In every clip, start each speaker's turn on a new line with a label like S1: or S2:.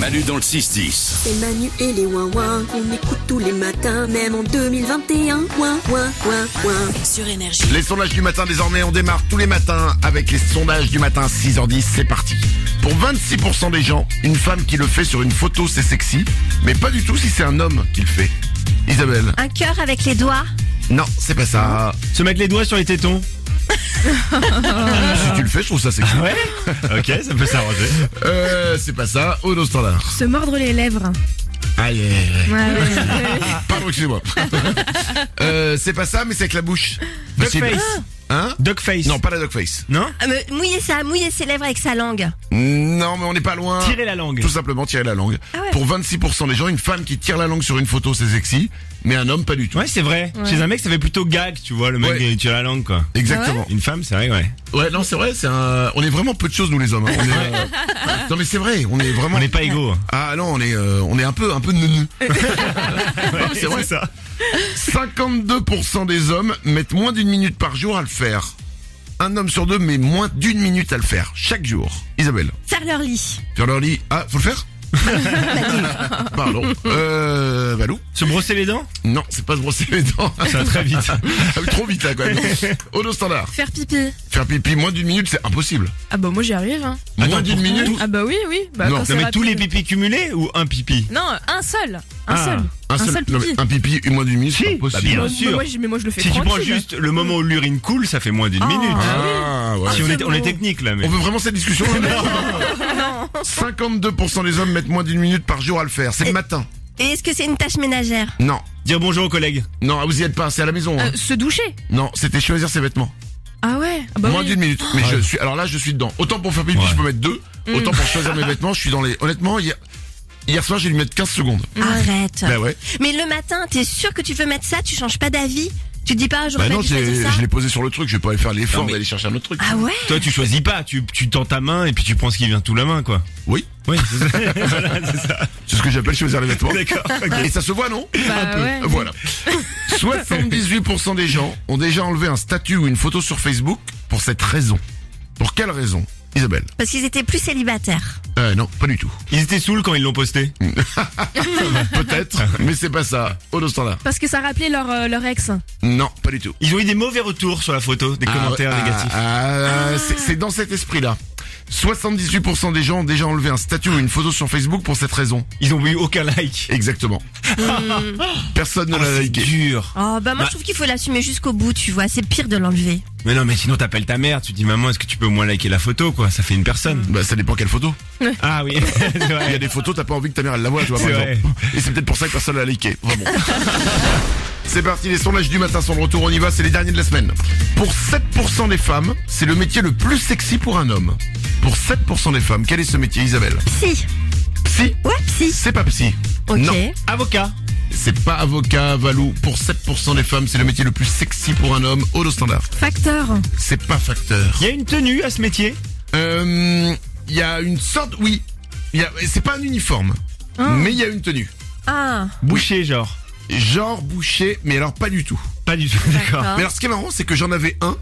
S1: Manu dans le 6-10.
S2: C'est Manu et les ouin ouin qu'on écoute tous les matins, même en 2021. Ouin ouin ouin ouin.
S3: sur énergie.
S4: Les sondages du matin désormais, on démarre tous les matins avec les sondages du matin 6h10, c'est parti. Pour 26% des gens, une femme qui le fait sur une photo c'est sexy, mais pas du tout si c'est un homme qui le fait. Isabelle
S5: Un cœur avec les doigts.
S4: Non, c'est pas ça.
S6: Se mettre les doigts sur les tétons. Ah
S4: Si tu le fais, je trouve ça sexy.
S6: Ouais. ok, ça peut s'arranger.
S4: Euh, c'est pas ça, au nos standard.
S7: Se mordre les lèvres.
S4: Aïe, aïe, aïe, aïe.
S7: Ouais, ouais.
S4: Pardon, excusez-moi. Euh, c'est pas ça, mais c'est avec la bouche. Possible.
S6: Dogface.
S4: Hein
S6: Dogface.
S4: Non, pas la dogface.
S6: Non
S5: Ah, me- Mouiller ça, mouiller ses lèvres avec sa langue.
S4: Non, mais on n'est pas loin.
S6: Tirer la langue.
S4: Tout simplement tirer la langue.
S5: Ah ouais.
S4: Pour 26% des gens, une femme qui tire la langue sur une photo, c'est sexy, mais un homme, pas du tout.
S6: Ouais, c'est vrai. Chez un mec, ça fait plutôt gag, tu vois, le mec
S4: Ouais.
S6: qui tire la langue, quoi.
S4: Exactement.
S6: Une femme, c'est vrai, ouais.
S4: Ouais, non, c'est vrai, c'est un... On est vraiment peu de choses, nous, les hommes. hein. On est, euh, Non, mais c'est vrai, on est vraiment...
S6: On n'est pas égaux.
S4: Ah non, on est, euh, on est un peu, un peu neuneux.
S6: Ouais,
S4: c'est vrai.
S6: ça.
S4: 52% des hommes mettent moins d'une minute par jour à le faire. Un homme sur deux met moins d'une minute à le faire, chaque jour. Isabelle,
S5: Faire leur lit.
S4: sur leur lit... Ah, faut le faire Pardon. Euh... Valou
S6: Se brosser les dents
S4: Non, c'est pas se brosser les dents.
S6: Ça va très vite.
S4: Ah, Trop vite, là, quand même. Au standard.
S7: Faire pipi.
S4: Faire pipi moins d'une minute, c'est impossible.
S7: Ah bah moi j'y arrive. Hein.
S4: moins
S6: Attends,
S4: d'une
S6: pour
S4: minute
S7: Ah bah oui, oui. Bah,
S4: Non,
S7: quand
S4: non,
S7: c'est
S6: Non, mais tous les
S7: rapide.
S6: pipis cumulés ou un pipi
S7: Non, un seul. Un
S6: Ah,
S7: seul.
S4: un seul, non, mais
S7: pipi.
S4: un pipi, une moins d'une minute, c'est
S6: bah
S4: impossible.
S6: bien.
S7: Moi,
S6: sûr.
S7: moi, je- mais moi je le fais
S6: Si tu prends
S7: tranquille.
S6: juste le moment où l'urine coule, ça fait moins d'une
S7: Ah.
S6: minute.
S4: Ah, ouais.
S6: Si on
S7: c'est
S6: est, on est
S7: beau.
S6: technique là, mais.
S4: On veut vraiment cette discussion là, mais- 52% des hommes mettent moins d'une minute par jour à le faire. C'est le
S5: Et-
S4: matin.
S5: Et est-ce que c'est une tâche ménagère
S4: Non.
S6: Dire bonjour aux collègues.
S4: Non, ah, vous y êtes pas, c'est à la maison. hein.
S7: Euh, se doucher.
S4: Non, c'était choisir ses vêtements.
S7: Ah ouais. Ah bah
S4: moins
S7: oui.
S4: d'une minute. Mais
S6: Ouais.
S4: je suis, alors là, je suis dedans. Autant pour faire pipi,
S6: Ouais.
S4: je peux mettre deux. Autant pour choisir mes vêtements, je suis dans les. Honnêtement, hier, hier soir, j'ai dû mettre 15 secondes.
S5: Arrête.
S4: Bah ouais.
S5: Mais le matin, t'es sûr que tu veux mettre ça Tu changes pas d'avis Tu te dis pas,
S4: Bah
S5: j'aurais
S4: non,
S5: pas dû
S4: j'ai-
S5: choisir
S4: je
S5: ça
S4: l'ai posé sur le truc. Je vais pas aller faire l'effort
S6: Non, mais-
S4: d'aller chercher un autre truc.
S5: Ah ouais
S6: Toi, tu choisis pas, tu, tu tends ta main et puis tu prends ce qui vient tout la main, quoi.
S4: Oui,
S6: Oui, c'est ça. Voilà, c'est ça.
S4: c'est ce que j'appelle choisir les vêtements.
S6: D'accord.
S4: Et ça se voit, non Euh,
S7: Bah ouais.
S4: Voilà. 78% des gens ont déjà enlevé un statut ou une photo sur Facebook pour cette raison. Pour quelle raison Isabelle
S5: Parce qu'ils étaient plus célibataires.
S4: Euh non, pas du tout.
S6: Ils étaient saouls quand ils l'ont posté.
S4: Peut-être, mais c'est pas ça. Au standard.
S7: Parce que ça rappelait leur, euh, leur ex.
S4: Non, pas du tout.
S6: Ils ont eu des mauvais retours sur la photo, des commentaires
S4: Ah,
S6: négatifs.
S4: ah, ah, c'est- C'est dans cet esprit-là. 78% des gens ont déjà enlevé un statut ou une photo sur Facebook pour cette raison.
S6: Ils ont eu aucun like.
S4: Exactement.
S7: Hmm.
S4: Personne ne
S6: Ah,
S4: l'a
S6: c'est
S4: liké.
S6: dur.
S5: Oh, bah moi
S6: Bah.
S5: je trouve qu'il faut l'assumer jusqu'au bout, tu vois. C'est pire de l'enlever.
S6: Mais non, mais sinon t'appelles ta mère, tu dis maman, est-ce que tu peux au moins liker la photo, quoi Ça fait une personne.
S4: Bah ça dépend quelle photo.
S6: Ah oui. c'est
S4: Il y
S6: vrai.
S4: a des photos, t'as pas envie que ta mère elle la voit, tu vois, par
S6: C'est vrai.
S4: exemple. Et c'est peut-être pour ça que personne l'a liké. Vraiment. c'est parti, les sondages du matin sont de retour, on y va, c'est les derniers de la semaine. Pour 7% des femmes, c'est le métier le plus sexy pour un homme. Pour 7% des femmes, quel est ce métier, Isabelle
S5: Psy.
S4: Psy
S5: Ouais, psy.
S4: C'est pas psy.
S5: Ok.
S4: Non,
S6: Avocat.
S4: c'est pas avocat, Valou. Pour 7% des femmes, c'est le métier le plus sexy pour un homme. Au standard.
S7: Facteur.
S4: C'est pas facteur.
S6: Il y a une tenue à ce métier.
S4: Euh, Il y a une sorte, oui. Il y a- C'est pas un uniforme, mais il y a une tenue.
S7: Ah.
S6: Boucher, genre.
S4: Genre boucher, mais alors pas du tout.
S6: Pas du tout. D'accord.
S5: D'accord.
S4: Mais alors ce qui est marrant, c'est que j'en avais un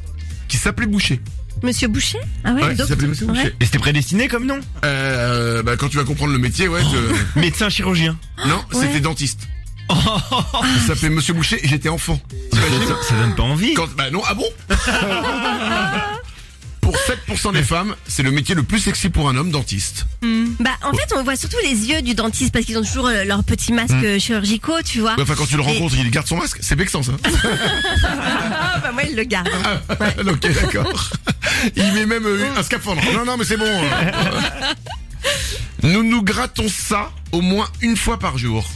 S4: qui s'appelait Boucher.
S5: Monsieur Boucher Ah ouais,
S4: Ouais, qui
S5: donc-
S4: s'appelait Monsieur Boucher.
S5: Ouais.
S6: Et c'était prédestiné comme nom
S4: Euh, bah, quand tu vas comprendre le métier, ouais. te-
S6: Médecin chirurgien.
S4: Non, c'était dentiste. Il s'appelait Monsieur Boucher et j'étais enfant. T'imagines
S6: Ça donne pas envie.
S4: Quand- Bah non, ah bon Pour 7% des femmes, c'est le métier le plus sexy pour un homme dentiste.
S5: Bah en fait, on voit surtout les yeux du dentiste parce qu'ils ont toujours euh, leurs petits masques euh, chirurgicaux, tu vois.
S4: Hum. Ouais, Enfin, quand tu le rencontres, il garde son masque. C'est vexant, ça.
S5: Ah bah moi, ils le gardent.
S4: ok, d'accord. Il met même euh, un scaphandre. Non, non, mais c'est bon. euh. Nous nous grattons ça au moins une fois par jour.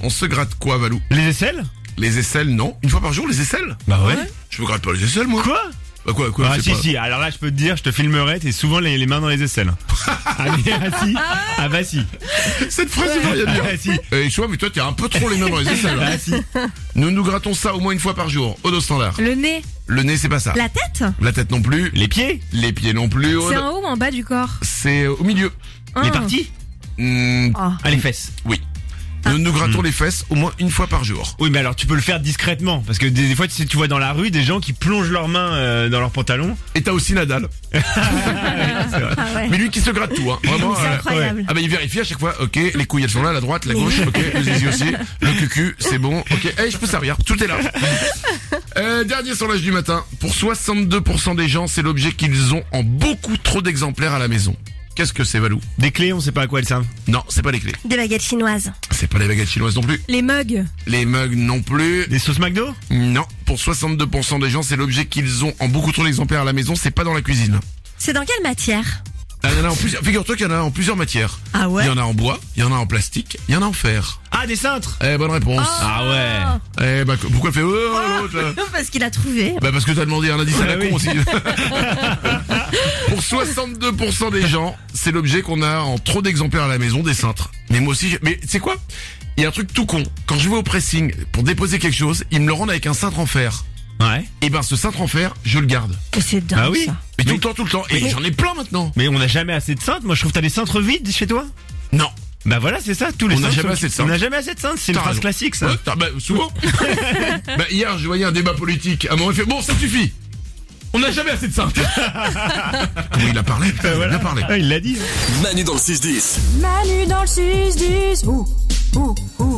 S4: On se gratte quoi, Valou
S6: Les aisselles
S4: Les aisselles, non Une fois par jour, les aisselles
S6: Bah ouais.
S4: Je me gratte pas les aisselles, moi.
S6: Quoi
S4: Bah quoi, quoi
S6: Ah
S4: c'est
S6: si
S4: pas-
S6: si, alors là je peux te dire, je te filmerai, t'es souvent les, les mains dans les aisselles. Allez, ah si, ah bah si,
S4: Cette phrase, il y a
S6: ah
S4: bien.
S6: bah si,
S4: Et tu vois, Eh, mais toi, t'es un peu trop les mains dans les aisselles. hein.
S6: ah si.
S4: Nous nous grattons ça au moins une fois par jour, au dos standard.
S7: Le nez.
S4: Le nez, c'est pas ça.
S5: La tête
S4: La tête non plus.
S6: Les pieds
S4: Les pieds non plus. au
S7: C'est
S6: bah-
S4: dos-
S7: en haut ou en bas du corps
S4: C'est au milieu.
S7: Ah.
S6: Les parties
S4: Hmm,
S6: Ah les fesses.
S4: oui. nous nous grattons les fesses au moins une fois par jour.
S6: Oui, mais alors tu peux le faire discrètement. Parce que des, des fois, tu, sais, tu vois dans la rue des gens qui plongent leurs mains euh, dans leurs pantalons.
S4: Et t'as aussi Nadal.
S5: Ah ouais.
S4: Mais lui qui se gratte tout, hein. Vraiment,
S5: C'est
S4: euh,
S5: incroyable.
S4: Ah bah il vérifie à chaque fois, ok, les couilles elles sont là, la droite, la gauche, ok, les yeux aussi, le cucu, c'est bon, ok, hey, je peux servir, tout est là. Euh, dernier sondage du matin, pour 62% des gens, c'est l'objet qu'ils ont en beaucoup trop d'exemplaires à la maison. Qu'est-ce que c'est Valou
S6: Des clés, on sait pas à quoi elles servent.
S4: Non, c'est pas les clés,
S5: Des baguettes chinoises.
S4: c'est pas les baguettes chinoises non plus,
S7: Les mugs.
S4: les mugs non plus,
S6: Des sauces McDo
S4: non, pour 62% des gens, c'est l'objet qu'ils ont en beaucoup trop d'exemplaires à la maison, c'est pas dans la cuisine.
S5: C'est dans quelle matière
S4: Ah, il y en a en plusieurs- Figure-toi qu'il y en a en plusieurs matières.
S5: Ah ouais
S4: Il y en a en bois, il y en a en plastique, il y en a en fer.
S6: Ah, des cintres
S4: Eh, bonne
S5: Oh
S4: réponse.
S6: Ah ouais
S4: Eh bah pourquoi elle fait oh, l'autre là
S5: Parce qu'il a trouvé.
S4: Bah parce que t'as demandé un indice à la
S6: Ah oui.
S4: con aussi. Pour 62% des gens, c'est l'objet qu'on a en trop d'exemplaires à la maison, des cintres. Mais moi aussi, je- mais c'est quoi Il y a un truc tout con. Quand je vais au pressing pour déposer quelque chose, ils me le rendent avec un cintre en fer.
S6: Ouais.
S4: Et ben ce cintre en fer, je le garde.
S5: Mais C'est dingue
S6: Ah oui
S5: ça.
S4: Mais tout
S6: Mais-
S4: le temps, tout le temps. Et j'en ai plein maintenant.
S6: Mais on n'a jamais assez de cintres. Moi, je trouve que t'as des cintres vides chez toi.
S4: Non.
S6: Bah voilà, c'est ça, tous les
S4: On n'a
S6: cintres
S4: jamais
S6: sont-
S4: assez de cintres.
S6: On n'a jamais assez de cintres, c'est une
S4: T'as
S6: phrase
S4: raison.
S6: classique ça. Euh,
S4: Ouais, t'as- bah, souvent. bah, hier, je voyais un débat politique. À un moment, il fait Bon, ça suffit. On n'a jamais assez de cintres. Comment il a parlé
S6: Bah,
S4: Il
S6: voilà.
S4: a parlé.
S6: Ah, il l'a dit.
S1: Manu dans le 6-10.
S2: Manu dans le 6-10. Ouh, ouh, ouh.